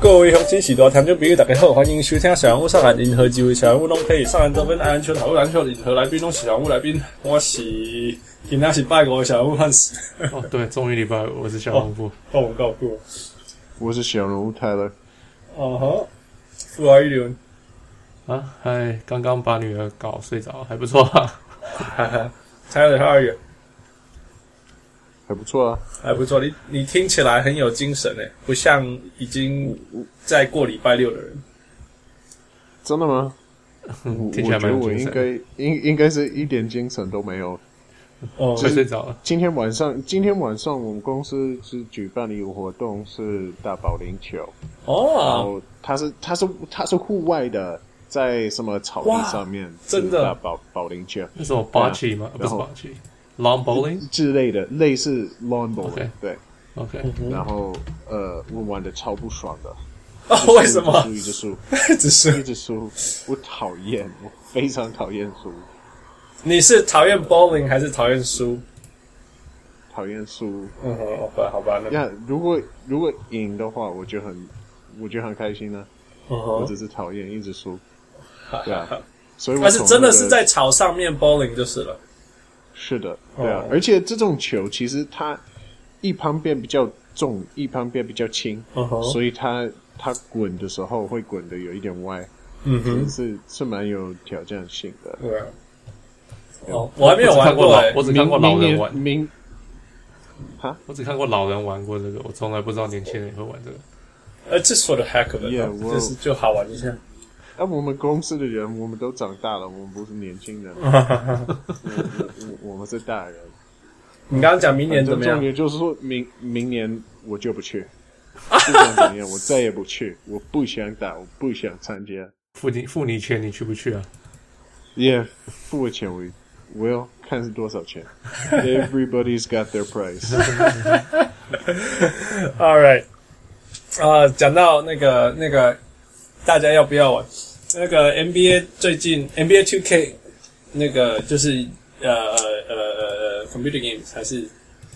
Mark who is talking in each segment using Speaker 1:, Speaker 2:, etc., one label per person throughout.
Speaker 1: 各位好，支持到聽眾朋友大家好，歡迎收聽上烏三人聯合聚會上烏攏批，三人得分安全好安全聯合來賓攏是上烏來賓，我是今天是拜我上烏 Hans，
Speaker 2: 哦，对，终于禮拜五，我是小红布。
Speaker 1: 夠唔夠過？
Speaker 3: 我是小茹 Tyler，
Speaker 1: 哦吼，富來一輪，
Speaker 3: 哦
Speaker 2: 啊，嗨，刚刚把女儿搞睡着，还不错啊。
Speaker 1: 哈哈，猜了二月，
Speaker 3: 还不错啊。
Speaker 1: 還不錯，你你聽起來很有精神誒、欸不像已經在過禮拜六的人。
Speaker 3: 真的吗？我我
Speaker 2: 听起来
Speaker 3: 觉
Speaker 2: 蛮
Speaker 3: 得
Speaker 2: 有
Speaker 3: 我
Speaker 2: 精
Speaker 3: 应
Speaker 2: 神
Speaker 3: 该
Speaker 2: 的
Speaker 3: 应应该是一点精神都没有。
Speaker 1: 哦，
Speaker 2: 快睡着了。
Speaker 3: 今天晚上，今天晚上我们公司是举办了一个活动，是打保龄球。然
Speaker 1: 哦，
Speaker 3: 后它是它是它是户外的，在什么草
Speaker 1: 哇
Speaker 3: 地上面
Speaker 1: 真的
Speaker 3: 打保保龄球
Speaker 2: 那是我 bocce 吗？啊不
Speaker 3: 然
Speaker 2: 是
Speaker 3: 后嗯
Speaker 2: bocce，long bowling。
Speaker 3: 之类的，类似 lawn bowling
Speaker 2: OK。
Speaker 3: 对，
Speaker 2: OK，
Speaker 3: 然后呃，我玩的超不爽的，
Speaker 1: 哦，为什么？
Speaker 3: 一直输，
Speaker 1: 只是
Speaker 3: 一直输，一直输，我讨厌，我非常讨厌输。
Speaker 1: 你是討厭 bowling 还是討厭輸？
Speaker 3: 讨厌输。
Speaker 1: 嗯哼，好吧，好吧，那
Speaker 3: 呀，如果如果赢的话，我就很我就很开心呢、啊
Speaker 1: 嗯
Speaker 3: 我
Speaker 1: 哼
Speaker 3: 只是讨厌一直输，对啊。所以我
Speaker 1: 但是
Speaker 3: 从
Speaker 1: 真
Speaker 3: 那
Speaker 1: 的
Speaker 3: 个
Speaker 1: 是在草上面 bowling 就是了。
Speaker 3: 是的，对啊
Speaker 1: 哦。
Speaker 3: 而且这种球其实它一旁边比较重，一旁边比较轻，
Speaker 1: 嗯哼
Speaker 3: 所以它它滚的时候会滚的有一点歪，
Speaker 1: 嗯
Speaker 3: 其实
Speaker 1: 哼，
Speaker 3: 是是蛮有挑战性的。
Speaker 1: 对啊。哦，我还没有玩
Speaker 2: 过
Speaker 1: 过
Speaker 2: 老
Speaker 1: 哎，
Speaker 2: 我只看过
Speaker 3: 明
Speaker 2: 老人
Speaker 3: 明
Speaker 2: 玩，
Speaker 3: 年明
Speaker 2: 我只看过老人玩过这个，我从来不知道年轻人也会玩这个。
Speaker 1: 呃，这 sort of heck of it，啊
Speaker 3: Yeah，我
Speaker 1: 就是就好玩一 下。
Speaker 3: 啊，我们公司的人，我们都长大了，我们不是年轻 人，我我我我们是大人。
Speaker 1: 你刚刚讲明年怎么
Speaker 3: 反正重
Speaker 1: 样？
Speaker 3: 点就是说明明年我就不去， 不管怎么样，我再也不去，我不想打，我不想参加。
Speaker 2: 付你付你钱，你去不去啊？
Speaker 3: 也付了钱我我要看是多少 钱。Everybody's got their price。
Speaker 1: All right，啊、讲到那个那个，大家要不要玩？那个 NBA 最近 NBA 2K 那个就是呃呃呃呃 computer games 还是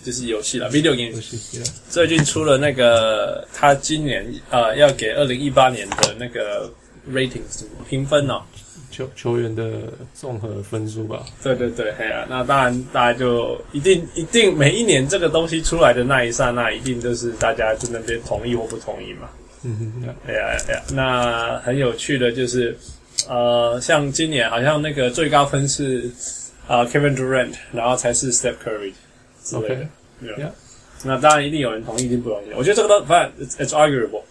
Speaker 1: 就是游戏了 video
Speaker 2: 不
Speaker 1: games
Speaker 2: 是
Speaker 1: 最近出了那个他今年呃要给二零一八年的那个 ratings 评分哦。
Speaker 2: 球球员的综合分数吧。
Speaker 1: 对对对，嘿啊，那当然，大家就一定一定每一年这个东西出来的那一刹那，一定就是大家在那边同意或不同意嘛。
Speaker 2: 嗯哼，对啊
Speaker 1: 哎呀哎呀，那很有趣的就是，呃，像今年好像那个最高分是啊、呃 Kevin Durant，然后才是 Steph Curry 之类的。
Speaker 2: OK，
Speaker 1: Yeah.
Speaker 2: Yeah.
Speaker 1: 那当然一定有人同意，一定不同意。我觉得这个都反正 it's it's arguable。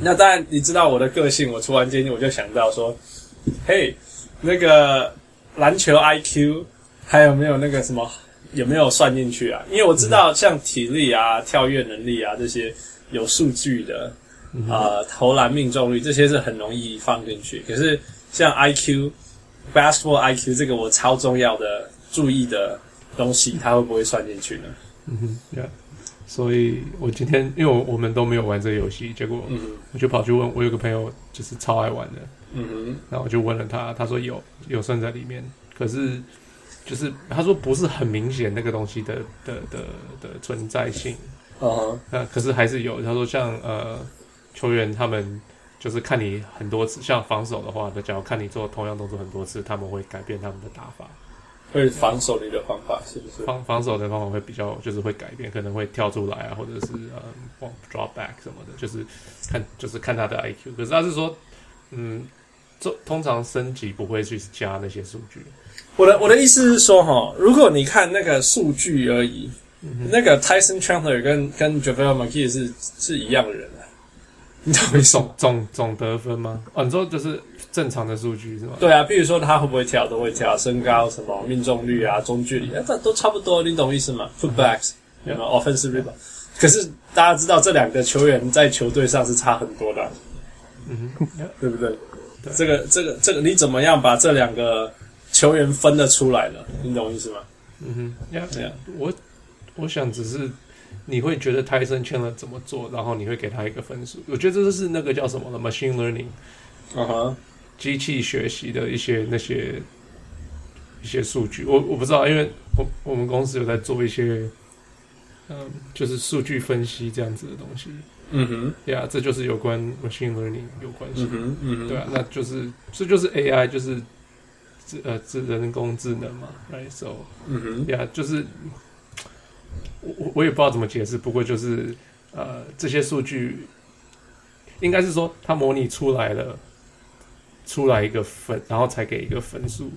Speaker 1: 那当然，你知道我的个性，我突然间我就想到说，嘿，那个篮球 IQ 还有没有那个什么有没有算进去啊？因为我知道像体力啊、跳跃能力啊这些有数据的，啊，投篮命中率这些是很容易放进去。可是像 IQ、basketball IQ 这个我超重要的注意的东西，它会不会算进去呢？
Speaker 2: 嗯哼，对啊。所以我今天因为我我们都没有玩这个游戏，结果
Speaker 1: 嗯
Speaker 2: 我就跑去问我有个朋友，就是超爱玩的，
Speaker 1: 嗯哼。
Speaker 2: 然后我就问了他，他说有有算在里面，可是就是他说不是很明显那个东西的的的的存在性，
Speaker 1: 哦，
Speaker 2: 那可是还是有。他说像呃球员他们就是看你很多次，像防守的话，那假如看你做同样动作很多次，他们会改变他们的打法，
Speaker 1: 会防守你的方法是不是？
Speaker 2: 防防守的方法会比较就是会改变，可能会跳出来啊，或者是呃往 draw back 什么的，就是看就是看他的 IQ。可是他是说嗯。就通常升级不会去加那些数据，
Speaker 1: 我的我的意思是说，哈，如果你看那个数据而已，那个 Tyson Chandler 跟跟 JaVale McGee 是是一样的人啊，你懂我意思吗？
Speaker 2: 总总总得分吗？哦，你说就是正常的数据是吗？
Speaker 1: 对啊，比如说他会不会跳，都会跳，身高什么命中率啊，中距离，啊，这都差不多，你懂意思吗？Footbacks，然
Speaker 2: 嗯
Speaker 1: 后 offensive rebound，可是大家知道这两个球员在球队上是差很多的啊，
Speaker 2: 嗯哼，yeah，
Speaker 1: 对不对？
Speaker 2: 对
Speaker 1: 这个这个这个，你怎么样把这两个球员分得出来呢？你懂意思吗？
Speaker 2: 嗯哼，yeah，
Speaker 1: 这样。
Speaker 2: 我我想只是你会觉得泰森签了怎么做，然后你会给他一个分数。我觉得这就是那个叫什么了，machine learning
Speaker 1: 嗯
Speaker 2: Uh-huh
Speaker 1: 哼，
Speaker 2: 机器学习的一些那些一些数据。我我不知道，因为我我们公司有在做一些嗯，就是数据分析这样子的东西。
Speaker 1: 嗯哼，
Speaker 2: 呀、yeah,，这就是有关 machine learning 有关系。
Speaker 1: 嗯哼，嗯哼，
Speaker 2: 对啊，那就是这就是 AI，就是智呃智人工智能嘛，right？So
Speaker 1: 嗯哼，
Speaker 2: 呀、yeah,，就是我我我也不知道怎么解释，不过就是呃这些数据应该是说它模拟出来了，出来一个分，然后才给一个分数，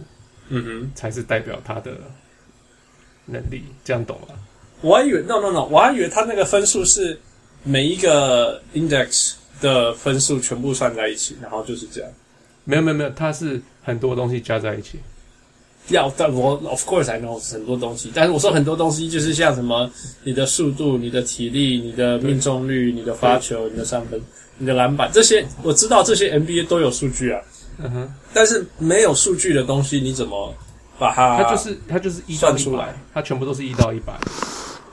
Speaker 1: 嗯哼。
Speaker 2: 才是代表它的能力，这样懂吗？
Speaker 1: 我还以为 no no no，我还以为它那个分数是每一个 index 的分数全部算在一起，然后就是这样。
Speaker 2: 没有没有没有，它是很多东西加在一起。
Speaker 1: 要，但我 of course I know 很多东西，但是我说很多东西就是像什么你的速度、你的体力、你的命中率、你的发球、你的三分、你的篮板这些，我知道这些 NBA 都有数据啊，
Speaker 2: 嗯哼，
Speaker 1: 但是没有数据的东西你怎么把它？
Speaker 2: 它就是它就是一到
Speaker 1: 算
Speaker 2: 一
Speaker 1: 出来
Speaker 2: 百，它全部都是一到一百。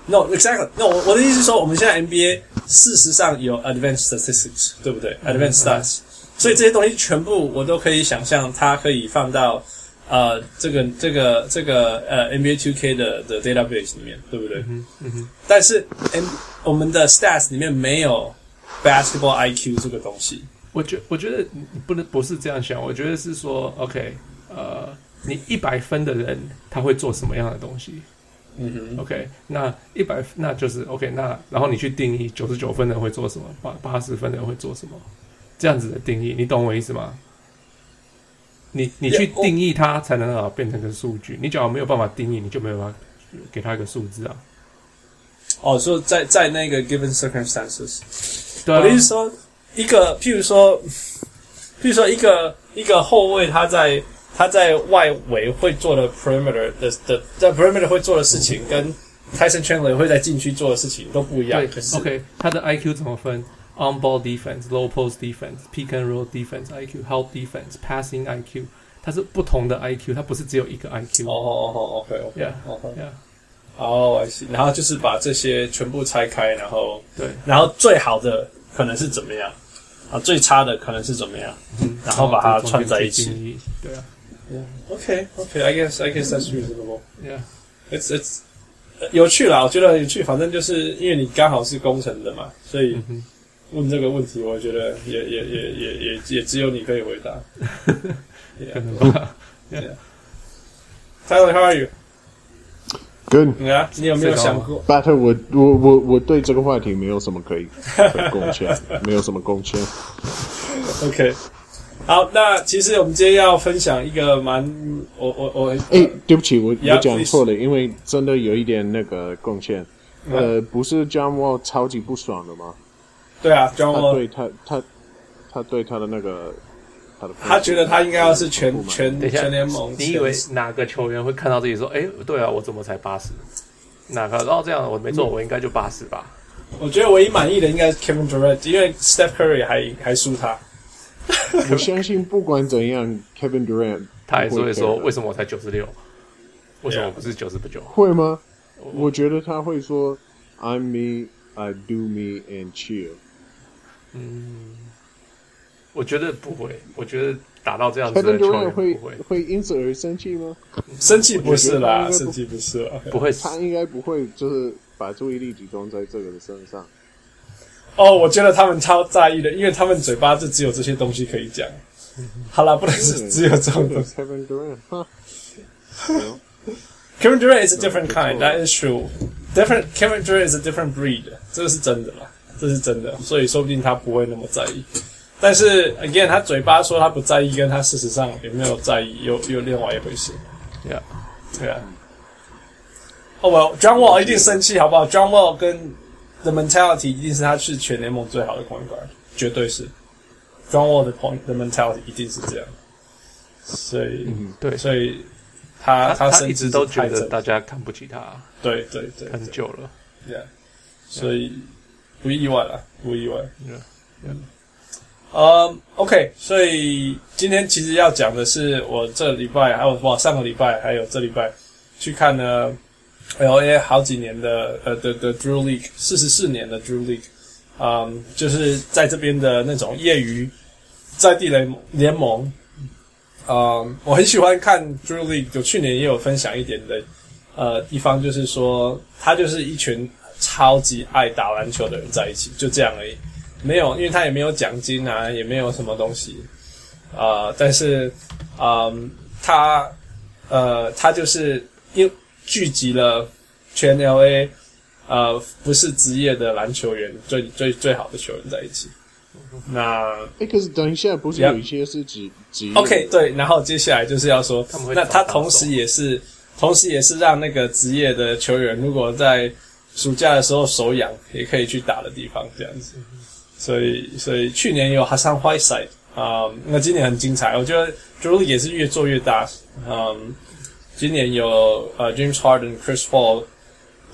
Speaker 1: No, exactly. No，我我的意思是说，我们现在 NBA 事实上有 advanced statistics，对不对？advanced
Speaker 2: 嗯
Speaker 1: stats，、所以这些东西全部我都可以想象，它可以放到呃这个这个这个呃 NBA 2K 的的 database 里面，对不对？
Speaker 2: 嗯嗯哼，
Speaker 1: 但是 N 我们的 stats 里面没有 basketball IQ 这个东西。
Speaker 2: 我觉我觉得你你不能不是这样想，我觉得是说 OK，呃，你一百分的人他会做什么样的东西？
Speaker 1: 嗯
Speaker 2: OK，那一百那就是 OK，那然后你去定义九十九分的人会做什么，八八十分的人会做什么，这样子的定义，你懂我意思吗？你你去
Speaker 1: Yeah，我
Speaker 2: 定义它，才能让它变成个数据。你只要没有办法定义，你就没有办法给它一个数字啊。
Speaker 1: 哼，哦，说在在那个 given circumstances，
Speaker 2: 对啊
Speaker 1: 呃我的意思说，一个譬如说，譬如说一个一个后卫他在他在外围会做的 perimeter 的的在 perimeter 会做的事情，跟 Tyson Chandler 会在禁区做的事情都不一样。
Speaker 2: 对
Speaker 1: 可是
Speaker 2: ，OK，它的 IQ 怎么分？On ball defense、low post defense、pick and roll defense IQ、help defense、passing IQ，它是不同的 IQ，它不是只有一个 IQ。
Speaker 1: 哦哦哦，OK OK，
Speaker 2: Yeah，
Speaker 1: 哦哦
Speaker 2: yeah，
Speaker 1: 哦，I see，然后就是把这些全部拆开，然后
Speaker 2: 对。
Speaker 1: 然后最好的可能是怎么样啊？最差的可能是怎么样？
Speaker 2: 嗯
Speaker 1: 然后把它串在一起
Speaker 2: 中间定义。对啊
Speaker 1: OK OK，I guess I guess that's reasonable.
Speaker 2: ，Yeah。
Speaker 1: it's it's 呃有趣啦，我觉得很有趣。反正就是因为你刚好是工程的嘛，所以
Speaker 2: 嗯哼
Speaker 1: 问这个问题，我觉得也也也也也也只有你可以回 答。
Speaker 2: 可
Speaker 1: yeah.
Speaker 2: 能吧。
Speaker 1: 嗯 Tyler, how are you？
Speaker 3: 跟
Speaker 1: 你啊，你有没有
Speaker 2: 睡着了
Speaker 1: 想过？
Speaker 3: Butter，我我我我对这个话题没有什么可以 可以贡献，没有什么 贡献。
Speaker 1: OK，好，那其实我们今天要分享一个蛮，我我我，
Speaker 3: 哎，对不起，我我
Speaker 1: Yeah,
Speaker 3: 讲
Speaker 1: please.
Speaker 3: 错了，因为真的有一点那个贡献。呃，不是 John Wall 超级不爽的吗？
Speaker 1: 对啊，John
Speaker 3: 他
Speaker 1: Wall，
Speaker 3: 对他他他对他的那个他的
Speaker 1: 他觉得他应该要是全
Speaker 3: 不满
Speaker 1: 全
Speaker 2: 等一下
Speaker 1: 全联盟，，
Speaker 2: 你以为哪个球员会看到自己说：“哎，对啊，我怎么才八十？”哪个？然后这样我没做，
Speaker 1: 嗯
Speaker 2: 我应该就八十吧？
Speaker 1: 我觉得唯一满意的应该是 Kevin Durant，因为 Steph Curry 还还输他。
Speaker 3: 我相信不管怎样，Kevin Durant
Speaker 2: 他还是会说：“为
Speaker 3: 什
Speaker 2: 什么我才九十六？为什么我不是九十九
Speaker 3: 么会吗？我觉得他会说 I'm me, I do me and chill。？”
Speaker 2: 我觉得不会，我觉得打到这样子
Speaker 3: Kevin
Speaker 2: 的球员
Speaker 3: Durant
Speaker 2: 不
Speaker 3: 会
Speaker 2: 会，
Speaker 3: 会因此而生气吗？
Speaker 1: 生气不是啦，
Speaker 3: 我觉得
Speaker 1: 生气不是啦。
Speaker 2: 不会。
Speaker 3: 他应该不会就是把注意力集中在这个的身 上。
Speaker 1: 哦，我觉得他们超在意的，因为他们嘴巴就只有这些东西可以讲。好啦，不能是只有
Speaker 3: 哎
Speaker 1: 这种东西。
Speaker 3: Kevin Durant，哈，
Speaker 1: Kevin Durant is a different
Speaker 3: 对没
Speaker 1: kind,
Speaker 3: 错
Speaker 1: that is true. Different Kevin Durant is a different breed，这个是真的啦，这是真的，所以说不定他不会那么在意。但是 again，他嘴巴说他不在意，跟他事实上有没有在意，又又另外一回事。
Speaker 2: Yeah
Speaker 1: 对啊。哦、我 John Wall 一定生气，好不好？John Wall 跟 The Mentality 一定是他是全联盟最好的 point guard，绝对是。John Wall 的 point The Mentality 一定是这样，所以、
Speaker 2: 对，
Speaker 1: 所以他
Speaker 2: 嗯他
Speaker 1: 生
Speaker 2: 一
Speaker 1: 气
Speaker 2: 直
Speaker 1: 是
Speaker 2: 都觉
Speaker 1: 太
Speaker 2: 得
Speaker 1: 正
Speaker 2: 大家看不起他
Speaker 1: 对对对
Speaker 2: 很
Speaker 1: 对
Speaker 2: 久了。
Speaker 1: ，yeah，所以不意外了，不意外。
Speaker 2: Yeah
Speaker 1: 呃、o k 所以今天其实要讲的是我这礼拜，还有哇上个礼拜，还有这礼拜去看了 L A 好几年的呃的的 Drew League，四十四年的 Drew League，嗯，就是在这边的那种业余在地联盟联盟，嗯，我很喜欢看 Drew League，就去年也有分享一点的，呃，一方就是说他就是一群超级爱打篮球的人在一起，就这样而已。没有，因为他也没有奖金啊，也没有什么东西，啊，但是，嗯，他，呃，他就是因为聚集了全 L A，呃，不是职业的篮球员最最最好的球员在一起。那
Speaker 3: 哎，可是等一下，不是
Speaker 1: Yeah
Speaker 3: 有一些是指职业
Speaker 1: OK，对，然后接下来就是要说
Speaker 2: 他们，会
Speaker 1: 那
Speaker 2: 找
Speaker 1: 他
Speaker 2: 帮
Speaker 1: 同
Speaker 2: 手
Speaker 1: 时也是，同时也是让那个职业的球员，如果在暑假的时候手痒，也可以去打的地方，这样子。
Speaker 2: 嗯
Speaker 1: 所以，所以去年有 Hassan Whiteside 啊、那今年很精彩，我觉得嗯 Drew 也是越做越大。嗯，今年有呃 James Harden、Chris Paul，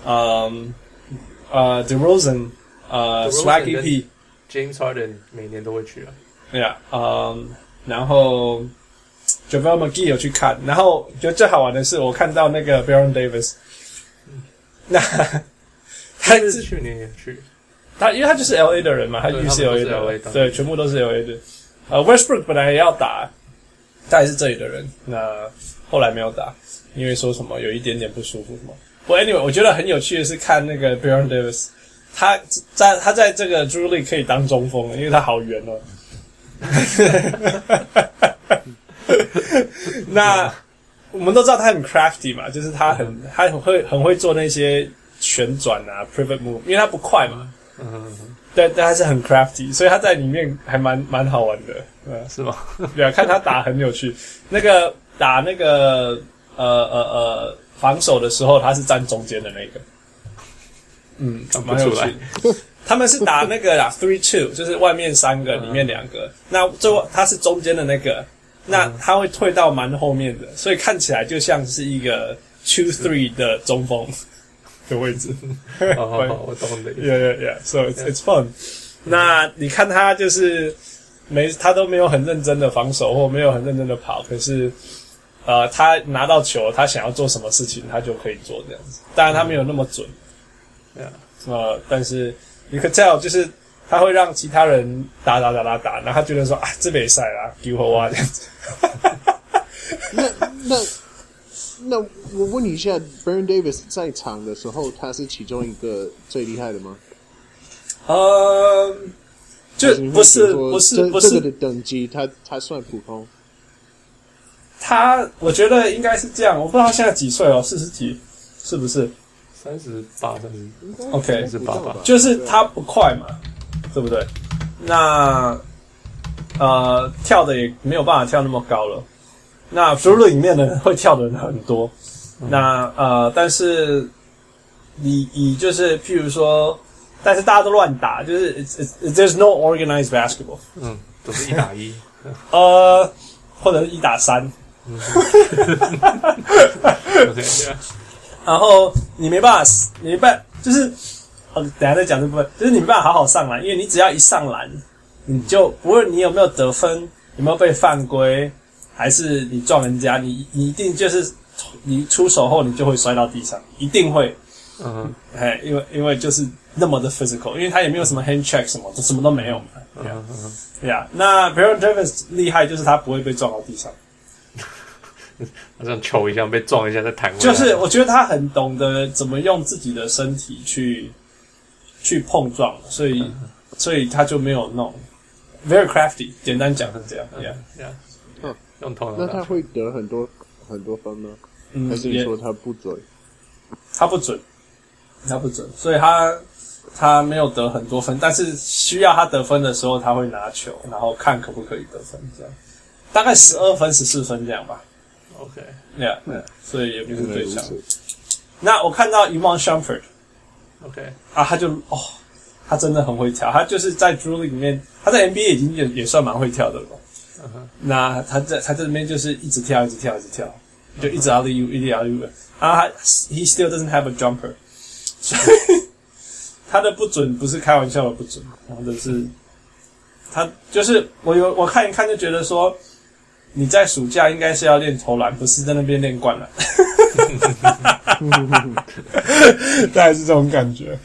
Speaker 1: 嗯，呃 DeRozan，呃
Speaker 2: DeRozan
Speaker 1: Swaggy
Speaker 2: 跟
Speaker 1: P。
Speaker 2: James Harden 每年都会去啊，
Speaker 1: Yeah，嗯，然后 Javel McGee 有去看，然后觉得最好玩的是，我看到那个 Baron Davis，那 他
Speaker 2: 但是
Speaker 1: 是
Speaker 2: 去年也去，
Speaker 1: 他，因为他就是 LA 的人嘛，他
Speaker 2: 对
Speaker 1: 于是
Speaker 2: 他们
Speaker 1: LA
Speaker 2: 都是 LA
Speaker 1: 的，
Speaker 2: 的
Speaker 1: 对，全部都是 LA 的。呃，Westbrook 本来也要打，他也是这里的人，那后来没有打，因为说什么有一点点不舒服什么。不过 anyway，我觉得很有趣的是看那个 Baron Davis，他在他在这个 Drew Lee 可以当中锋，因为他好圆哦。 那我们都知道他很 crafty 嘛，就是他很他很会很会做那些旋转啊 pivot move，因为他不快嘛，
Speaker 2: 嗯嗯，嗯
Speaker 1: 但但他是很 crafty，所以他在里面还蛮蛮好玩的。嗯，
Speaker 2: 是吗？
Speaker 1: 对啊，看他打很有趣。那个打那个呃呃呃防守的时候，他是站中间的那个，嗯，
Speaker 2: 不
Speaker 1: 蛮有
Speaker 2: 出来
Speaker 1: 趣的。他们是打那个啦，three two，就是外面三个，里面两
Speaker 2: 嗯
Speaker 1: 个。那最后他是中间的那个，那他会退到蛮后面的，所以看起来就像是一个 two three 的中锋的位置。
Speaker 2: 好好好，我懂你的意思。
Speaker 1: Yeah, yeah, yeah. So it's it's fun. 那你看他就是没他都没有很认真的防守或没有很认真的跑，可是呃，他拿到球，他想要做什么事情，他就可以做这样子。当然他没有那么准，
Speaker 2: Yeah
Speaker 1: 呃，但是你可 tell 就是他会让其他人打打打打打，然后他觉得说啊，这没赛啦，丢我啊这样 子。
Speaker 3: 那 那那我问你一下，Baron Davis 在场的时候，他是其中一个最厉害的吗？
Speaker 1: 呃，就
Speaker 3: 还你会
Speaker 1: 不是
Speaker 3: 觉得说
Speaker 1: 不是
Speaker 3: 这
Speaker 1: 不
Speaker 3: 这
Speaker 1: 是
Speaker 3: 个的等级，他他算普通。
Speaker 1: 他，我觉得应该是这样，我不知道他现在几岁哦，四十几是不是？
Speaker 2: 三十八，三十，
Speaker 3: 应该
Speaker 1: OK
Speaker 3: 不到吧
Speaker 1: 就是他不快嘛，对不对？那呃，跳的也没有办法跳那么高了。那 f l u 里面呢，会跳的人很多。那呃，但是你以就是譬如说，但是大家都乱打，就是 it's, it's, there's no organized basketball，
Speaker 2: 嗯，都是一打一，
Speaker 1: 呃，或者是一打三，
Speaker 2: OK，yeah，
Speaker 1: 然后你没办法，你没办就是，哦，等一下再讲这部分，就是你没办法好好上篮，因为你只要一上篮，你就不论你有没有得分，有没有被犯规，还是你撞人家，你你一定就是你出手后你就会摔到地上，一定会，
Speaker 2: 嗯，
Speaker 1: 哎，因为因为就是那么的 physical，因为他也没有什么 hand check 什么，什么都没有嘛，对啊
Speaker 2: 嗯嗯
Speaker 1: 对啊。那 Baron Davis 厉害就是他不会被撞到地上。
Speaker 2: 好像球一样被撞一下再弹回来，
Speaker 1: 就是我觉得他很懂得怎么用自己的身体去去碰撞，所以
Speaker 3: 嗯
Speaker 1: 所以他就没有弄 very crafty。简单讲是这样，yeah，
Speaker 2: yeah，
Speaker 3: 嗯
Speaker 2: 用头脑
Speaker 3: 那
Speaker 2: 打
Speaker 3: 他
Speaker 2: 球
Speaker 3: 会得很多很多分吗？
Speaker 1: 嗯
Speaker 3: 还是你
Speaker 1: 也
Speaker 3: 说他不准？
Speaker 1: 他不准，他不准，所以他他没有得很多分，但是需要他得分的时候，他会拿球，然后看可不可以得分，这样大概十二分、十四分这样吧
Speaker 2: ，OK，
Speaker 1: ，yeah，
Speaker 3: 嗯
Speaker 1: 所以也不是
Speaker 3: 原来
Speaker 1: 对
Speaker 3: 如
Speaker 1: 象。
Speaker 3: 此。
Speaker 1: 那我看到 Evan Shumpert，
Speaker 2: OK，
Speaker 1: 啊，他就哦，他真的很会跳，他就是在 Drew 里面，他在 NBA 已经也也算蛮会跳的了。
Speaker 2: 嗯哼，
Speaker 1: 那他在他在这边就是一直跳，一直跳，一直跳，就一直 L U 一直 L U 啊他，He still doesn't have a jumper，所 以他的不准不是开玩笑的不准，然后就是他就是我有我看一看就觉得说。你在暑假应该是要练投篮，不是在那边练灌篮。 大概是这种感觉。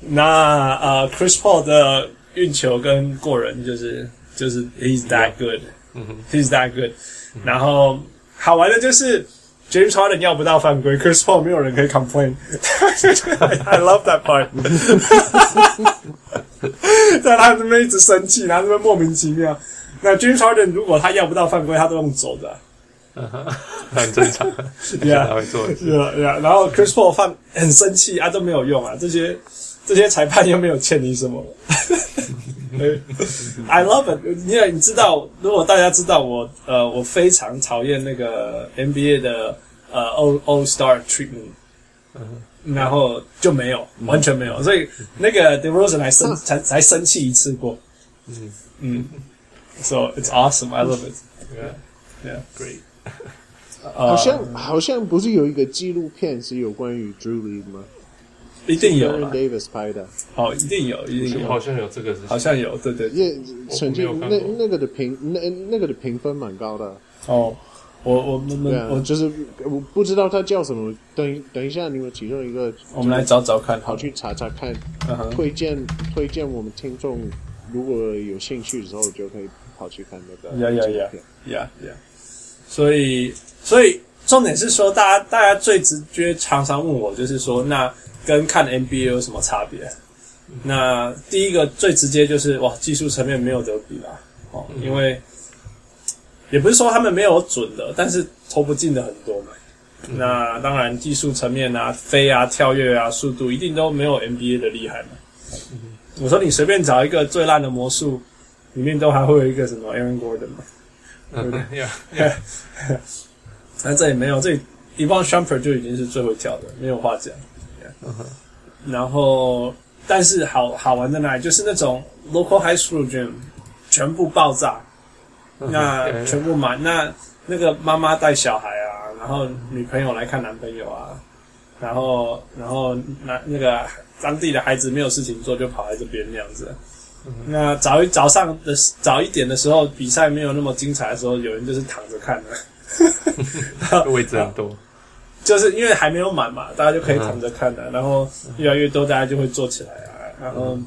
Speaker 1: 那呃，Chris Paul 的运球跟过人就是就是 He's that good，He's
Speaker 2: 嗯哼
Speaker 1: that good。然后好玩的就是 James Harden 要不到犯规，Chris Paul 没有人可以 complain。I love that part 。在他这边一直生气，然后这边莫名其妙。那 James Harden 如果他要不到犯规，他都用走的啊、
Speaker 2: 很正 常，他会做的 事。
Speaker 1: 对啊，对啊，然后 Chris Paul 犯很生气啊，都没有用啊，这些这些裁判又没有欠你什么。I love it，因为你知道，如果大家知道我呃，我非常讨厌那个 NBA 的呃 All All Star treatment，、然后就没有，完全没有，所以那个 DeRozan 还生才才生气一次过，嗯嗯，So it's awesome, I love it. Yeah,
Speaker 2: Great，
Speaker 1: 呃
Speaker 3: 好像好像不是有一个纪录片是有关于 Drew Lee 吗？
Speaker 1: 一定有
Speaker 3: Baron
Speaker 1: 了，
Speaker 3: Davis 拍的，
Speaker 1: 哦，一定有，一定有，
Speaker 2: 好像有这个事情，
Speaker 1: 好像有，对对对。
Speaker 3: 也曾
Speaker 2: 我
Speaker 3: 经
Speaker 2: 没有看
Speaker 3: 那
Speaker 2: 过
Speaker 3: 那个的评那那个的评分蛮高的，
Speaker 1: 哦，我我们
Speaker 3: 对啊，
Speaker 1: 嗯我
Speaker 3: 就是我不知道他叫什么，等等一下你们其中一个
Speaker 1: 我们来找找看，
Speaker 3: 跑
Speaker 1: 好
Speaker 3: 去查查看，
Speaker 1: 嗯哼
Speaker 3: 推荐推荐我们听众如果有兴趣的时候就可以跑去看那个
Speaker 1: 呀呀
Speaker 3: 纪录
Speaker 1: 呀
Speaker 3: 片
Speaker 1: 呀呀，所以所以重点是说，大家大家最直觉常常问我，就是说，那跟看 NBA 有什么差别？那第一个最直接就是哇，技术层面没有得比啦，哦，因为也不是说他们没有准的，但是投不进的很多嘛。那当然，技术层面啊，飞啊、跳跃啊、速度，一定都没有 NBA 的厉害嘛。我说你随便找一个最烂的魔术，里面都还会有一个什么 Aaron Gordon 嘛？
Speaker 2: 嗯呀
Speaker 1: 那这里没有，这里 e v a n Shumpert 就已经是最会跳的，没有话讲。Yeah 然后，但是好好玩在哪里？就是那种 local high school gym 全部爆炸， 那全部满，那那个妈妈带小孩啊，然后女朋友来看男朋友啊，然后然后那那个当地的孩子没有事情做，就跑来这边那样子。那早一早上的早一点的时候，比赛没有那么精彩的时候，有人就是躺着看的。
Speaker 2: 位置很多，
Speaker 1: 就是因为还没有满嘛，大家就可以躺着看的、
Speaker 2: 嗯
Speaker 1: 然后越来越多，大家就会坐起来啊，然后，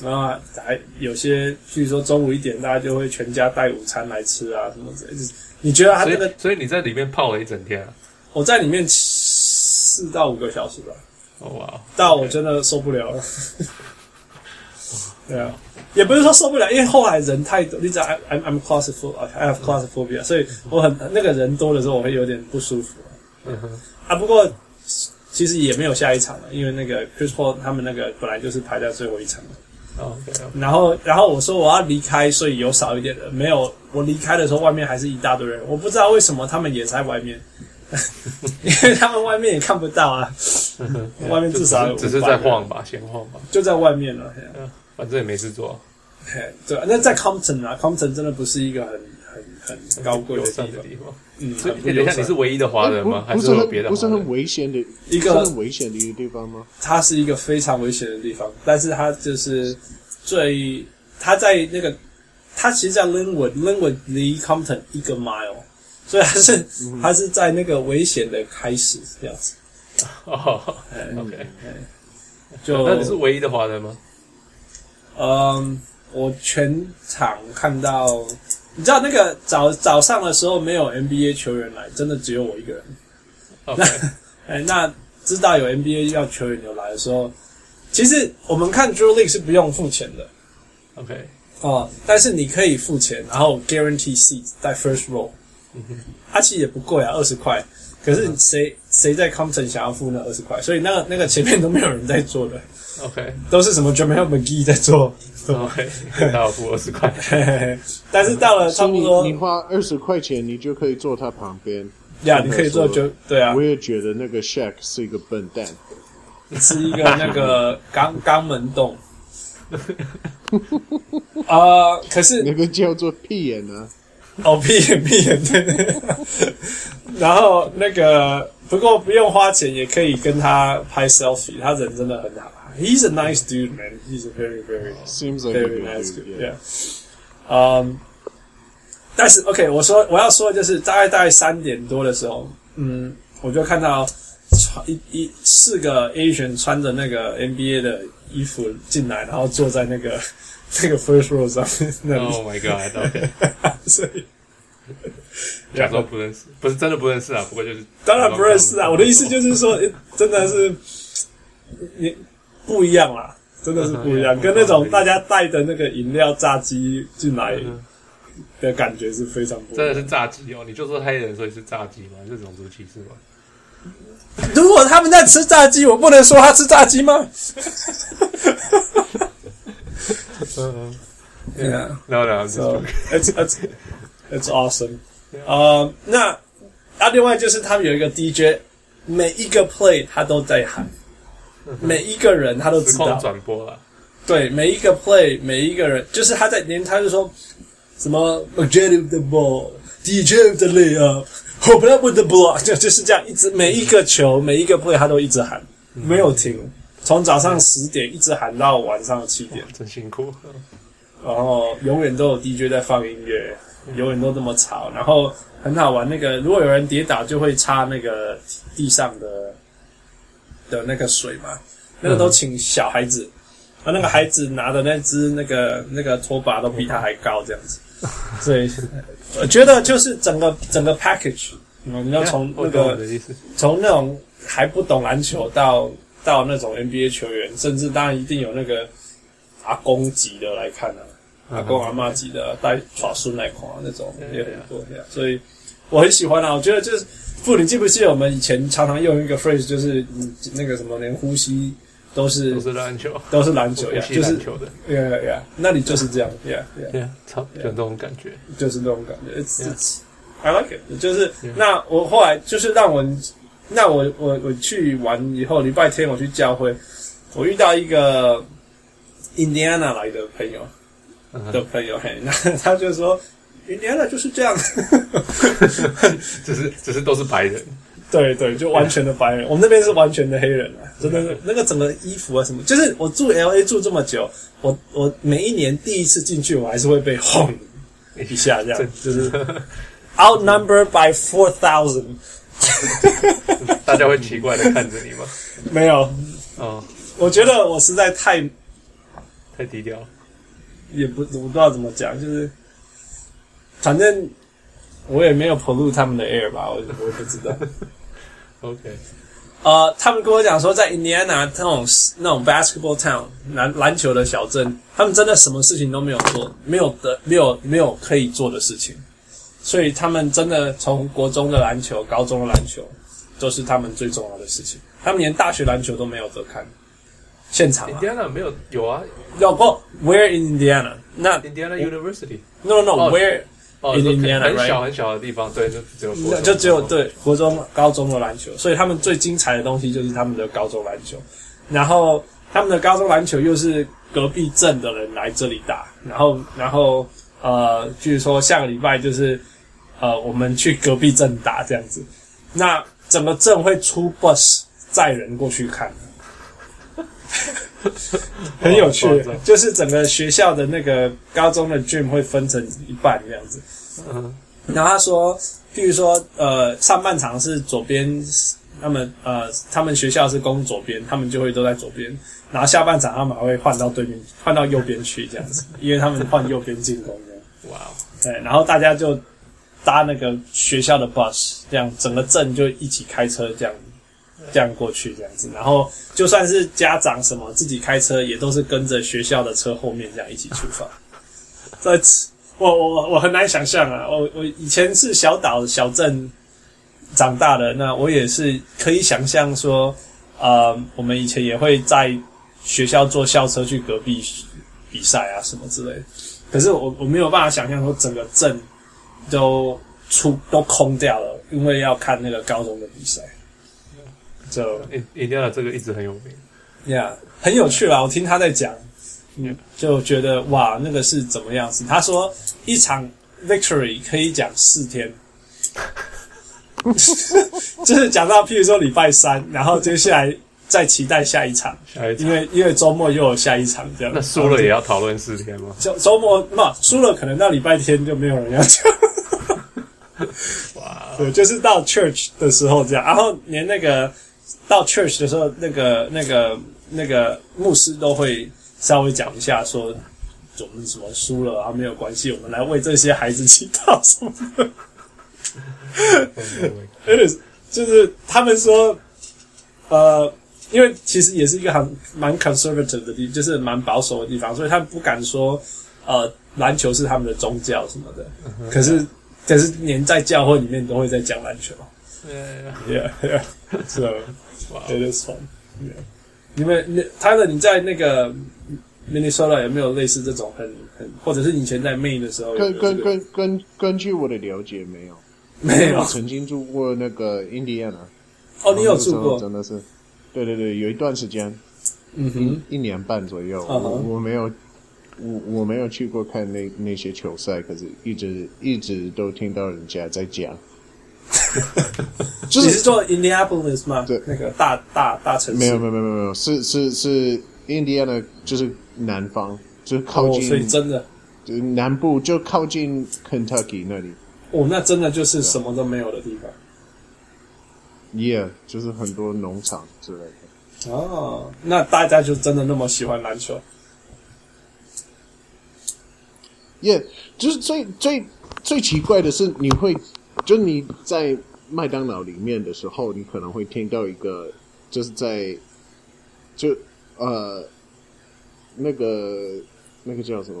Speaker 1: 然后还有些，据说中午一点，大家就会全家带午餐来吃啊，什么之类的。你觉得他
Speaker 2: 所
Speaker 1: 这个
Speaker 2: 以所以你在里面泡了一整天啊？
Speaker 1: 我在里面四到五个小时吧，
Speaker 2: 哦哇，
Speaker 1: 到我真的受不了 了。对啊，也不是说受不了，因为后来人太多，你知道 I- I'm I'm claustrophobic，I have claustrophobia，所以我很那个人多的时候，我会有点不舒服啊。
Speaker 2: 嗯哼
Speaker 1: 啊，不过其实也没有下一场了，因为那个 Chris Paul 他们那个本来就是排在最后一场的。
Speaker 2: ，OK，
Speaker 1: 然后，然后我说我要离开，所以有少一点人，没有我离开的时候，外面还是一大堆人，我不知道为什么他们也在外面， 因为他们外面也看不到 啊，外面至少有
Speaker 2: 只是
Speaker 1: 500
Speaker 2: 在
Speaker 1: 人
Speaker 2: 晃吧，闲晃吧，
Speaker 1: 就在外面了。嘿啊
Speaker 2: 嗯，反正也没事做，
Speaker 1: 嘿对啊，那在 Compton 啊，Compton 真的不是一个很很很高贵
Speaker 2: 友
Speaker 1: 的地
Speaker 2: 善的
Speaker 1: 方，
Speaker 2: 地方。
Speaker 1: 嗯，
Speaker 2: 所以
Speaker 1: 很不
Speaker 2: 哎等
Speaker 1: 友
Speaker 2: 一下，
Speaker 1: 善
Speaker 2: 你是唯一的华人吗？
Speaker 3: 哎不
Speaker 2: 还
Speaker 3: 不
Speaker 2: 是
Speaker 3: 是
Speaker 2: 有
Speaker 3: 很
Speaker 2: 别的
Speaker 3: 不是
Speaker 2: 华
Speaker 3: 很
Speaker 2: 人？
Speaker 3: 危险的
Speaker 1: 一
Speaker 3: 不
Speaker 1: 个
Speaker 3: 是很危险的一个地方吗？
Speaker 1: 它是一个非常危险的地方，但是它就是最，它在那个，它其实在 Linwood，Linwood 离 Compton 一个 mile，所以它是、
Speaker 2: 嗯
Speaker 1: 它是在那个危险的开始这样子。
Speaker 2: 哦
Speaker 1: 哎哦
Speaker 2: ，OK，
Speaker 1: 就
Speaker 2: 那你是唯一的华人吗？
Speaker 1: 嗯，我全场看到，你知道那个早早上的时候没有 NBA 球员来，真的只有我一个人。
Speaker 2: OK，
Speaker 1: 哎，那知道有 NBA 要球员有来的时候，其实我们看 Drew League 是不用付钱的。
Speaker 2: OK，
Speaker 1: 哦，但是你可以付钱，然后 guarantee seat 在 first row，它其实也不贵啊，二十块。可
Speaker 3: 嗯
Speaker 1: 是谁谁在 Compton 想要付那二十块？所以那个那个前面都没有人在做的，
Speaker 2: OK
Speaker 1: 都是什么 Jamal McGee 在做。
Speaker 3: 哦
Speaker 2: OK，那我付二十块。
Speaker 1: 嘿嘿嘿 但是到了差
Speaker 3: 所以
Speaker 1: 不
Speaker 3: 你
Speaker 1: 多
Speaker 3: 你花二十块钱，你就可以坐他旁边。
Speaker 1: 呀，你可以做就对啊
Speaker 3: 我，也觉得那个 Shaq 是一个笨 蛋。
Speaker 1: 是一个那个肛肛门 洞。啊、可是
Speaker 3: 那个叫做屁眼啊！
Speaker 1: 哦， 闭眼闭眼对。 然后那个不过不用花钱也可以跟他拍 selfie，他人真的很好。He's a nice dude, man. He's a very, very,
Speaker 3: Seems like a
Speaker 1: very
Speaker 3: good
Speaker 1: nice
Speaker 3: dude,
Speaker 1: dude.
Speaker 3: yeah.
Speaker 1: Yeah. 嗯，但是 OK，我说我要说的就是大概大概三点多的时候，嗯，我就看到穿一一四个 Asian 穿着那个 NBA 的衣服进来，然后坐 在那个那个 first row 上面那里。
Speaker 2: Oh my God，OK，
Speaker 1: 所以
Speaker 2: 假装不认识，不是真的不认识啊，不过就是
Speaker 1: 当然不认识啊。我的意思就是说，呃真的是你不一样啦，真的是不一样，
Speaker 2: 嗯
Speaker 1: 跟那种大家带的那个饮料炸鸡进来的感觉是非常不一
Speaker 2: 真
Speaker 1: 样
Speaker 2: 的。是炸鸡哦！你就说黑人所以是炸鸡吗？这种族歧视吗？
Speaker 1: 如果他们在吃炸鸡，我不能说他吃炸鸡吗？
Speaker 2: 嗯
Speaker 1: Yeah.
Speaker 2: ，no no，just
Speaker 1: So
Speaker 2: joking
Speaker 1: it's it's it's awesome. 呃、那啊，另外就是他们有一个 DJ，每一个 play 他都在喊，每一个人他都知
Speaker 2: 实况
Speaker 1: 道，
Speaker 2: 转播啦。
Speaker 1: 对，每一个 play 每一个人，就是他在连他就说什么 objective the ball。DJ with the layup, open up with the block，就就是这样，一直每一个球，每一个 play，他都一直喊，没有停，从早上十点一直喊到晚上七点。
Speaker 2: 真辛苦。
Speaker 1: 然后永远都有 DJ 在放音乐，
Speaker 2: 嗯
Speaker 1: 永远都这么吵，然后很好玩。那个如果有人跌倒，就会擦那个地上的的那个水嘛，那个都请小孩子，啊，
Speaker 2: 嗯
Speaker 1: 那个孩子拿的那只那个那个拖把都比他还高，这样 子。所以我觉得就是整个整个 package，嗯你要从那
Speaker 2: 我哦懂我
Speaker 1: 个
Speaker 2: 的意思，
Speaker 1: 从那种还不懂篮球到到那种 NBA 球员，甚至当然一定有那个阿公级的来看啊，
Speaker 2: 嗯
Speaker 1: 阿公阿妈级的带耍孙来看、啊、那种也很多这样，所以我很喜欢啊。我觉得就是，不，你记不记得我们以前常常用一个 phrase，就是嗯那个什么，连呼吸都是
Speaker 2: 都是篮球，
Speaker 1: 都是篮球
Speaker 2: 我
Speaker 1: 呀，
Speaker 2: 喜
Speaker 1: 就
Speaker 2: 欢
Speaker 1: 是
Speaker 2: 篮球的，
Speaker 1: yeah yeah，yeah，那你就是这样 yeah yeah。
Speaker 2: 对啊，超有这种感 觉。
Speaker 1: 就是那种感觉。It's
Speaker 2: Yeah.
Speaker 1: it's I like it。就是
Speaker 2: Yeah.
Speaker 1: 那我后来就是让我，那我我我去完以后，礼拜天我去教会，我遇到一个印第安纳来的朋友
Speaker 2: 嗯
Speaker 1: 的
Speaker 2: 哼，
Speaker 1: 朋友，嘿，那他就说。印第安纳就是这样，
Speaker 2: 只是只是都是白人，
Speaker 1: 对对，就完全的白 人。我们那边是完全的黑人啊，真的是那个整个衣服啊什么，就是我住 L A 住这么久，我我每一年第一次进去，我还是会被轰一下，这样就是 outnumbered by four thousand。
Speaker 2: 大家会奇怪的看着你吗？
Speaker 1: 没有，
Speaker 2: 哦，
Speaker 1: 我觉得我实在太
Speaker 2: 太低调了。
Speaker 1: 也不我不知道怎么讲，就是反正我也没有 pollute 他们的 air 吧，我我也不知道。
Speaker 2: OK，
Speaker 1: 呃，他们跟我讲说，在 Indiana 那种那种 basketball town 篮篮球的小镇，他们真的什么事情都没有做，没有的，没有没有可以做的事情，所以他们真的从国中的篮球、高中的篮球，都是他们最重要的事情。他们连大学篮球都没有得看，现场、啊。
Speaker 2: Indiana 没有有啊
Speaker 1: 要不 Where in Indiana？那
Speaker 2: ，Indiana University，
Speaker 1: No no
Speaker 2: 哦
Speaker 1: Where
Speaker 2: 哦，你说
Speaker 1: Indiana，
Speaker 2: 很小
Speaker 1: right？
Speaker 2: 很小的地方，对，那只有国
Speaker 1: 那
Speaker 2: 中
Speaker 1: 就只有对国中、高中的篮球，所以他们最精彩的东西就是他们的高中篮球。然后他们的高中篮球又是隔壁镇的人来这里打，然后然后呃，据说下个礼拜就是呃，我们去隔壁镇打这样子。那整个镇会出 bus 载人过去看， 很有趣
Speaker 2: 哇夸张，
Speaker 1: 就是整个学校的那个高中的 gym 会分成一半这样子。
Speaker 2: 嗯
Speaker 1: 然后他说，譬如说，呃，上半场是左边，他们呃，他们学校是攻左边，他们就会都在左边。然后下半场他们还会换到对面，换到右边去这样子，因为他们换右边进攻这样。
Speaker 2: 哇哦，
Speaker 1: 对，然后大家就搭那个学校的 bus，这样整个镇就一起开车这样这样过去这样子，然后就算是家长什么自己开车，也都是跟着学校的车后面这样一起出发。这我我我很难想象啊，我我以前是小岛小镇长大的，那我也是可以想象说，呃，我们以前也会在学校坐校车去隔壁比赛啊什么之类的。可是我我没有办法想象说整个镇都出都空掉了，因为要看那个高中的比赛。就、
Speaker 2: 印欸 Indiana 这个一直很有名。
Speaker 1: Yeah，很有趣啦。我听他在讲
Speaker 2: Yeah，
Speaker 1: 就觉得哇，那个是怎么样子？他说一场 victory 可以讲四天， 就是讲到譬如说礼拜三，然后接下来再期待下一场，
Speaker 2: 下一场
Speaker 1: 因为因为周末又有下一场这样。
Speaker 2: 那输了也要讨论四天吗？
Speaker 1: 周周末嘛，输了可能到礼拜天就没有人要讲。
Speaker 2: 哇，
Speaker 1: 对，就是到 church 的时候这样，然后连那个到 church 的时候，那个那个那个牧师都会稍微讲一下说，我们什么输了啊没有关系，我们来为这些孩子祈祷什么的。It
Speaker 2: ？Oh
Speaker 1: is，就是他们说，呃，因为其实也是一个很蛮 conservative 的地，就是蛮保守的地方，所以他们不敢说，呃，篮球是他们的宗教什么的。
Speaker 3: 嗯
Speaker 1: 可是，可是连在教会里面都会在讲篮球。Yeah,
Speaker 2: 啊
Speaker 1: yeah. So it is fun. Yeah. 你们，你他的你在那个 Minnesota 有没有类似这种很很，或者是你以前在 Maine 的时候有没有
Speaker 3: 根
Speaker 1: 这个、
Speaker 3: 根根根根据我的了解，没有，
Speaker 1: 没
Speaker 3: 因为
Speaker 1: 有
Speaker 3: 我曾经住过那个印第安纳，
Speaker 1: 哦，你有
Speaker 3: 那时
Speaker 1: 住
Speaker 3: 候
Speaker 1: 过？
Speaker 3: 真的是，对对对，有一段时间，
Speaker 1: 嗯哼，
Speaker 3: 一年半左右，
Speaker 1: 嗯哼
Speaker 3: 我我没有，我我没有去过看那那些球赛，可是一直一直都听到人家在 讲，就
Speaker 1: 你
Speaker 3: 是
Speaker 1: 是做 Indianapolis 吗？
Speaker 3: 对
Speaker 1: 那个大大大城市。
Speaker 3: 没有没有没有没有没有，是是是印第安的，就是南方，就是靠
Speaker 1: 哦，
Speaker 3: 近、
Speaker 1: 所以真的，
Speaker 3: 就是南部，就靠近 Kentucky 那里
Speaker 1: 哦，那真的就是什么都没有的地方。
Speaker 3: ，Yeah，就是很多农场之类的。
Speaker 1: 哦，那大家就真的那么喜欢篮球？
Speaker 3: 耶、就是最最最奇怪的是，你会就你在麦当劳里面的时候，你可能会听到一个，就是在就呃那个那个叫什么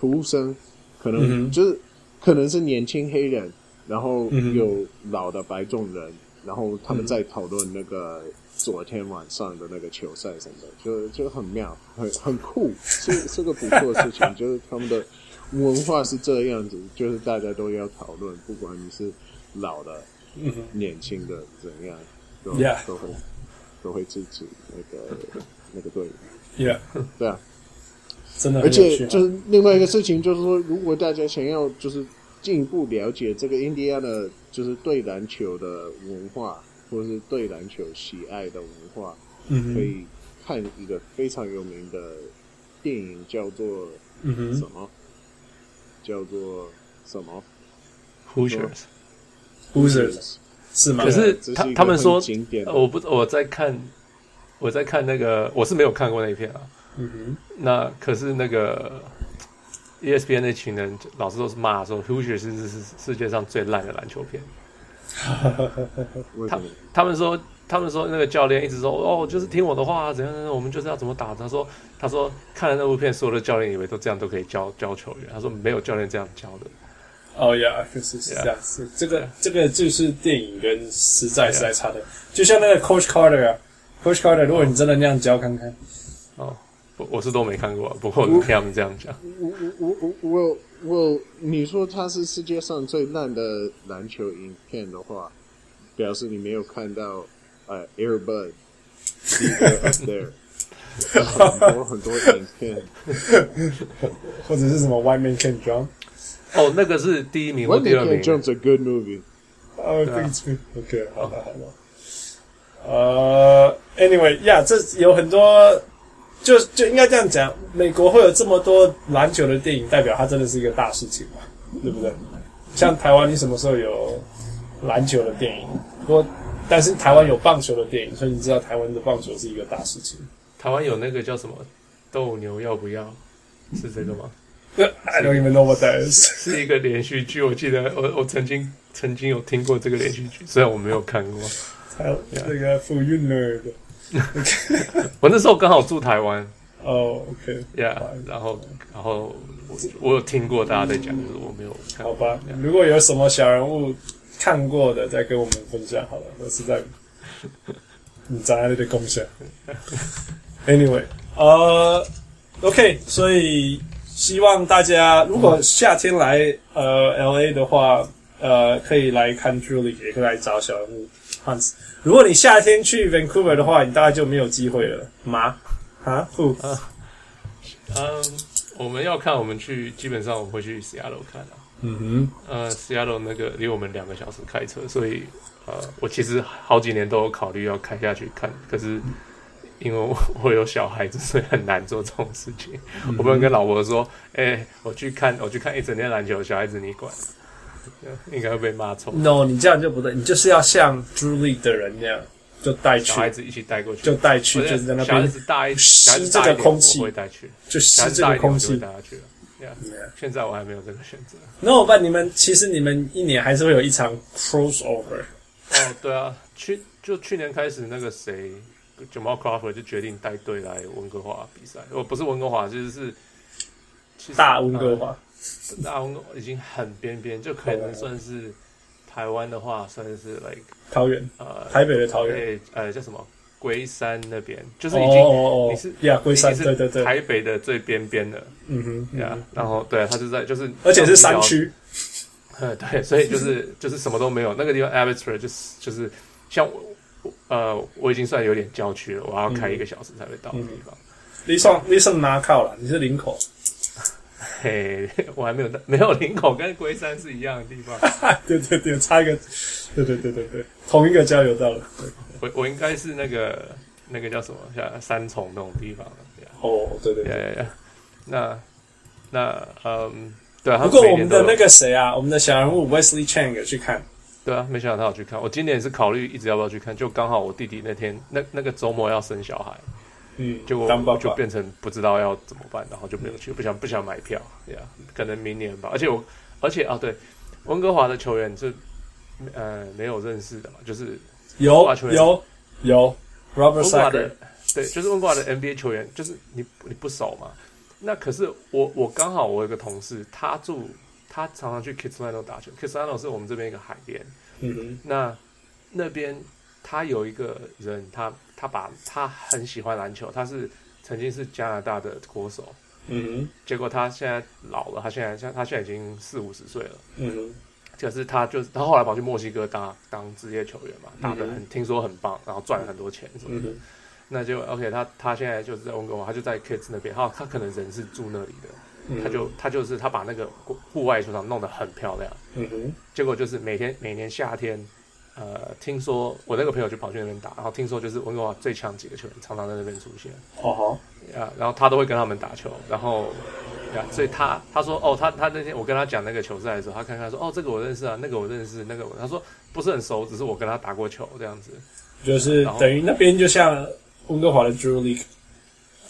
Speaker 3: 服务生，可
Speaker 1: 嗯
Speaker 3: 能、就是可能是年轻黑人，然后
Speaker 1: 嗯
Speaker 3: 有老的白种人，然后他们在讨论那个。昨天晚上的那个球赛什么的，就就很妙，很很酷，是是个不错的事 情。就是他们的文化是这样子，就是大家都要讨论，不管你是老的、
Speaker 1: 嗯哼，
Speaker 3: 年轻的怎样，都
Speaker 1: Yeah
Speaker 3: 都会都会支持那个那个队伍。
Speaker 1: ，Yeah，
Speaker 3: 对啊，
Speaker 1: 真的
Speaker 3: 而
Speaker 1: 很有趣
Speaker 3: 且
Speaker 1: 啊。
Speaker 3: 就是另外一个事情，就是说，如果大家想要就是进一步了解这个印第安的，就是对篮球的文化，或是对篮球喜爱的文化，
Speaker 1: 嗯
Speaker 3: 可
Speaker 1: 哼，
Speaker 3: 以看一个非常有名的电影，叫做
Speaker 1: 嗯
Speaker 3: 什
Speaker 1: 哼
Speaker 3: 么？叫做什么？
Speaker 2: Hoosiers，
Speaker 1: ，Boozers 是吗？
Speaker 2: 可是
Speaker 3: 这是
Speaker 2: 他
Speaker 3: 一个
Speaker 2: 他们说呃
Speaker 3: 很经典，的
Speaker 2: 我不我在看我在看那个，我是没有看过那一片啊。
Speaker 1: 嗯
Speaker 2: 那可是那个，E ESPN 那群人老是都是骂说 Hoosiers 是是是世界上最烂的篮球片。
Speaker 3: 为什么？
Speaker 2: 他们说，他们说那个教练一直说，哦，就是听我的话啊，怎样怎样，我们就是要怎么打。他说，他说看了那部片，所有的教练以为都这样都可以教教球员。他说没有教练这样教的。
Speaker 1: 哼，哦，Yeah，就是是这样，是这个这个就是电影跟实在
Speaker 2: Yeah
Speaker 1: 实在差的，就像那个 Coach Carter 啊，Coach Carter，如果你真的那样教看看，
Speaker 2: 哦，我我是都没看过，啊不过我听他们这样讲。
Speaker 3: 我我我我我我，你说它是世界上最烂的篮球影片的话，表示你没有看到呃 Air Bud 第一个 up there，很多很多影片，
Speaker 1: 或者是什么 White Man Can Jump，
Speaker 2: 哦，那个是第一名或第二名
Speaker 3: Can。Jump's a good movie。
Speaker 1: 呃，
Speaker 2: 对啊
Speaker 1: 对对，OK，好的好的。呃，Anyway，yeah，这有很多，就就应该这样讲，美国会有这么多篮球的电影，代表它真的是一个大事情嘛，对不对？像台湾，你什么时候有篮球的电影？不过，但是台湾有棒球的电影，所以你知道台湾的棒球是一个大事情。
Speaker 2: 台湾有那个叫什么斗牛要不要？是这个吗？
Speaker 1: I don't even know what that is。
Speaker 2: 是一个连续剧，我记得我我曾经曾经有听过这个连续剧，虽然我没有看过。
Speaker 1: 还有那个福运儿的，
Speaker 2: 我那时候刚好住台湾，
Speaker 1: 哦，OK。
Speaker 2: Yeah，然后然后我我有听过大家在讲，可是我没有看
Speaker 1: 好
Speaker 2: 过。
Speaker 1: 吧，如果有什么小人物看过的，再跟我们分享好了。我实在你在那里的贡献。Anyway，呃，OK，所以希望大家如果夏天来呃 LA 的话，呃，可以来看 Julie，也可以来找小人物 Hans。如果你夏天去 Vancouver 的话，你大概就没有机会了吗？啊不，
Speaker 2: 呃嗯，我们要看，我们去基本上我们会去 Seattle 看啊。
Speaker 1: 嗯
Speaker 2: 呃，Seattle 那个离我们两个小时开车，所以呃，我其实好几年都有考虑要开下去看，可是因为我 我有小孩子，所以很难做这种事情。
Speaker 1: 嗯
Speaker 2: 我不能跟老婆说，哎、我去看，我去看哎一整天篮球，小孩子你管，应该会被骂臭
Speaker 1: 哼。，No，你这样就不对，你就是要像 Julie 的人那样，就带去
Speaker 2: 小孩子一起带过去，
Speaker 1: 就带去，
Speaker 2: 我
Speaker 1: 就
Speaker 2: 觉得
Speaker 1: 是在那
Speaker 2: 小孩
Speaker 1: 边
Speaker 2: 子大一，
Speaker 1: 吸
Speaker 2: 小孩子大一
Speaker 1: 这个
Speaker 2: 点
Speaker 1: 空气
Speaker 2: 我会带去。
Speaker 1: 就
Speaker 2: 小
Speaker 1: 吸这个
Speaker 2: 孩子大一点，
Speaker 1: 空
Speaker 2: 我就会
Speaker 1: 气
Speaker 2: 带他去了。 Yeah，
Speaker 1: Yeah
Speaker 2: 现在我还没有这个选择。
Speaker 1: No，但你们其实你们一年还是会有一场 crossover。
Speaker 2: 哦，对啊，去就去年开始那个谁，Jamal Crawford 就决定带队来温哥华比赛，哦，不是温哥华，就是是其实
Speaker 1: 大温哥华，
Speaker 2: 呃大温哥华已经很边边，就可能算是台湾的话，算是 like
Speaker 1: 桃园，
Speaker 2: 呃
Speaker 1: 台北的桃园。
Speaker 2: 对呃叫什么龟山那边，就是
Speaker 1: 哦
Speaker 2: 已经、
Speaker 1: 哦哦，
Speaker 2: 你是
Speaker 1: 呀，龟山，
Speaker 2: 你
Speaker 1: 对
Speaker 2: 是
Speaker 1: 对对，
Speaker 2: 台北的最边边的，
Speaker 1: 嗯哼，嗯
Speaker 2: 对啊
Speaker 1: 哼，
Speaker 2: 然后对他就在就是
Speaker 1: 而且是山区，
Speaker 2: 呃，对，所以就是就是什么都没有，那个地方 abattoir 就是就是像我我呃，我已经算有点郊区了，我要开一
Speaker 1: 嗯
Speaker 2: 个小时才会到的地方。
Speaker 1: 你上你上哪靠了？你是林口，
Speaker 2: 嘿，我还没有到，没有林口跟龟山是一样的地方，
Speaker 1: 对对对，差一 个，对对对对对，同一个交流道了。对
Speaker 2: 我我应该是那个那个叫什么像三重那种地方的，对啊
Speaker 1: 哦，对对
Speaker 2: 对
Speaker 1: 对。
Speaker 2: 啊对啊，那那嗯，对啊，他
Speaker 1: 不过
Speaker 2: 每
Speaker 1: 我
Speaker 2: 年
Speaker 1: 们
Speaker 2: 都有
Speaker 1: 的那个谁啊，我们的小人物 Wesley Chang 有去看，
Speaker 2: 对啊，没想到他有去看，我今年也是考虑一直要不要去看，就刚好我弟弟那天那那个周末要生小孩，
Speaker 1: 嗯，
Speaker 2: 结果
Speaker 1: 当爸
Speaker 2: 就
Speaker 1: 爸，
Speaker 2: 变成不知道要怎么办，然后就没有去，不想不想买票，对啊，可能明年吧。而且我，而且啊，对，温哥华的球员是呃没有认识的嘛，就是
Speaker 1: 有
Speaker 2: 哇球员
Speaker 1: 有有 Robert
Speaker 2: 温哥华的
Speaker 1: Sacker，，
Speaker 2: 对，就是温哥华的 NBA 球员，就是你你不熟嘛。那可是我我刚好我有一个同事，他住他常常去 Kitsilano 打球，Kitsilano 是我们这边一个海边，
Speaker 1: 嗯哼，
Speaker 2: 那那边他有一个人，他他把他很喜欢篮球，他是曾经是加拿大的国手。
Speaker 1: 嗯
Speaker 2: 结果他现在老了，他现在像他现在已经四五十岁了，
Speaker 1: 哼，嗯哼，
Speaker 2: 可是他就是他后来跑去墨西哥当当职业球员嘛，打得很、听说很棒，然后赚了很多钱什么
Speaker 1: 嗯
Speaker 2: 的。
Speaker 1: 哼，
Speaker 2: 那就 OK，他他现在就是在温哥华，他就在 Kids 那边，他他可能人是住那里的，
Speaker 1: 嗯
Speaker 2: 他就他就是他把那个户户外球场弄得很漂亮，
Speaker 1: 嗯哼，
Speaker 2: 结果就是每天每年夏天。呃，听说我那个朋友就跑去那边打，然后听说就是温哥华最强几个球员常常在那边出现，
Speaker 1: 哦吼，
Speaker 2: 啊，然后他都会跟他们打球，然后，啊，所以他他说哦，他他那天我跟他讲那个球赛的时候，他看看说哦，这个我认识啊，那个我认识，那个我他说不是很熟，只是我跟他打过球这样子，
Speaker 1: 就是
Speaker 2: 然后
Speaker 1: 等于那边就像温哥华的 Drew League，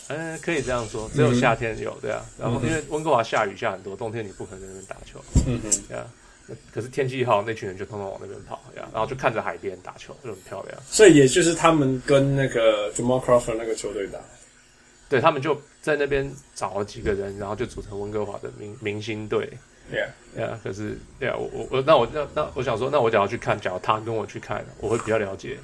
Speaker 2: 嗯，可以这样说，只有夏天有对啊，然后因为温哥华下雨下很多，冬天你不可能在那边打球，
Speaker 1: 嗯哼，
Speaker 2: 对啊，那可是天气好，那群人就通通往那边跑，对啊，然后就看着海边打球，就很漂亮，
Speaker 1: 所以也就是他们跟那个 Jamal Crawford 那个球队打，
Speaker 2: 对他们就在那边找了几个人，然后就组成温哥华的明明星队，
Speaker 1: Yeah，
Speaker 2: 对啊，可是对啊，我我我那我那那我想说，那我假如去看，假如他跟我去看，我会比较了解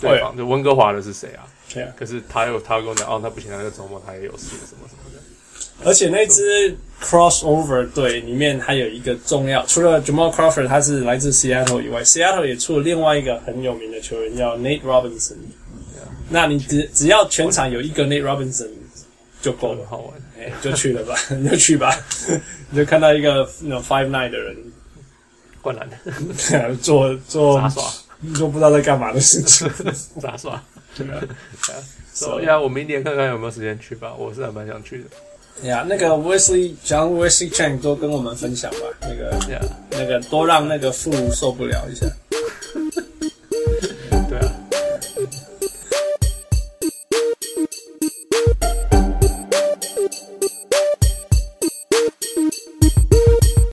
Speaker 2: 对方，就温哥华的是谁啊？
Speaker 1: 对啊
Speaker 2: 可是他有他跟我讲，哦，那不行，那个周末他也有事什么什么的。
Speaker 1: 而且那支 crossover 队里面还有一个重要，除了 Jamal Crawford 他是来自 Seattle 以外，Seattle 也出了另外一个很有名的球员叫 Nate Robinson。那你只只要全场有一个 Nate Robinson 就够
Speaker 2: 很
Speaker 1: 了，
Speaker 2: 好玩。
Speaker 1: 哎、就去了吧， 你就去吧，你就看到一个那 five nine 的人
Speaker 2: 灌篮、
Speaker 1: 做做
Speaker 2: 杂耍、
Speaker 1: 做不知道在干嘛的事情。
Speaker 2: 杂耍。
Speaker 1: So-
Speaker 2: 所以啊，我明年看看有没有时间去吧，我是还蛮想去的。
Speaker 1: 呀、那个 Wesley 讲 Wesley Chang 多跟我们分享吧，那个
Speaker 2: Yeah，
Speaker 1: 那个多让那个父受不了一下。
Speaker 2: 啊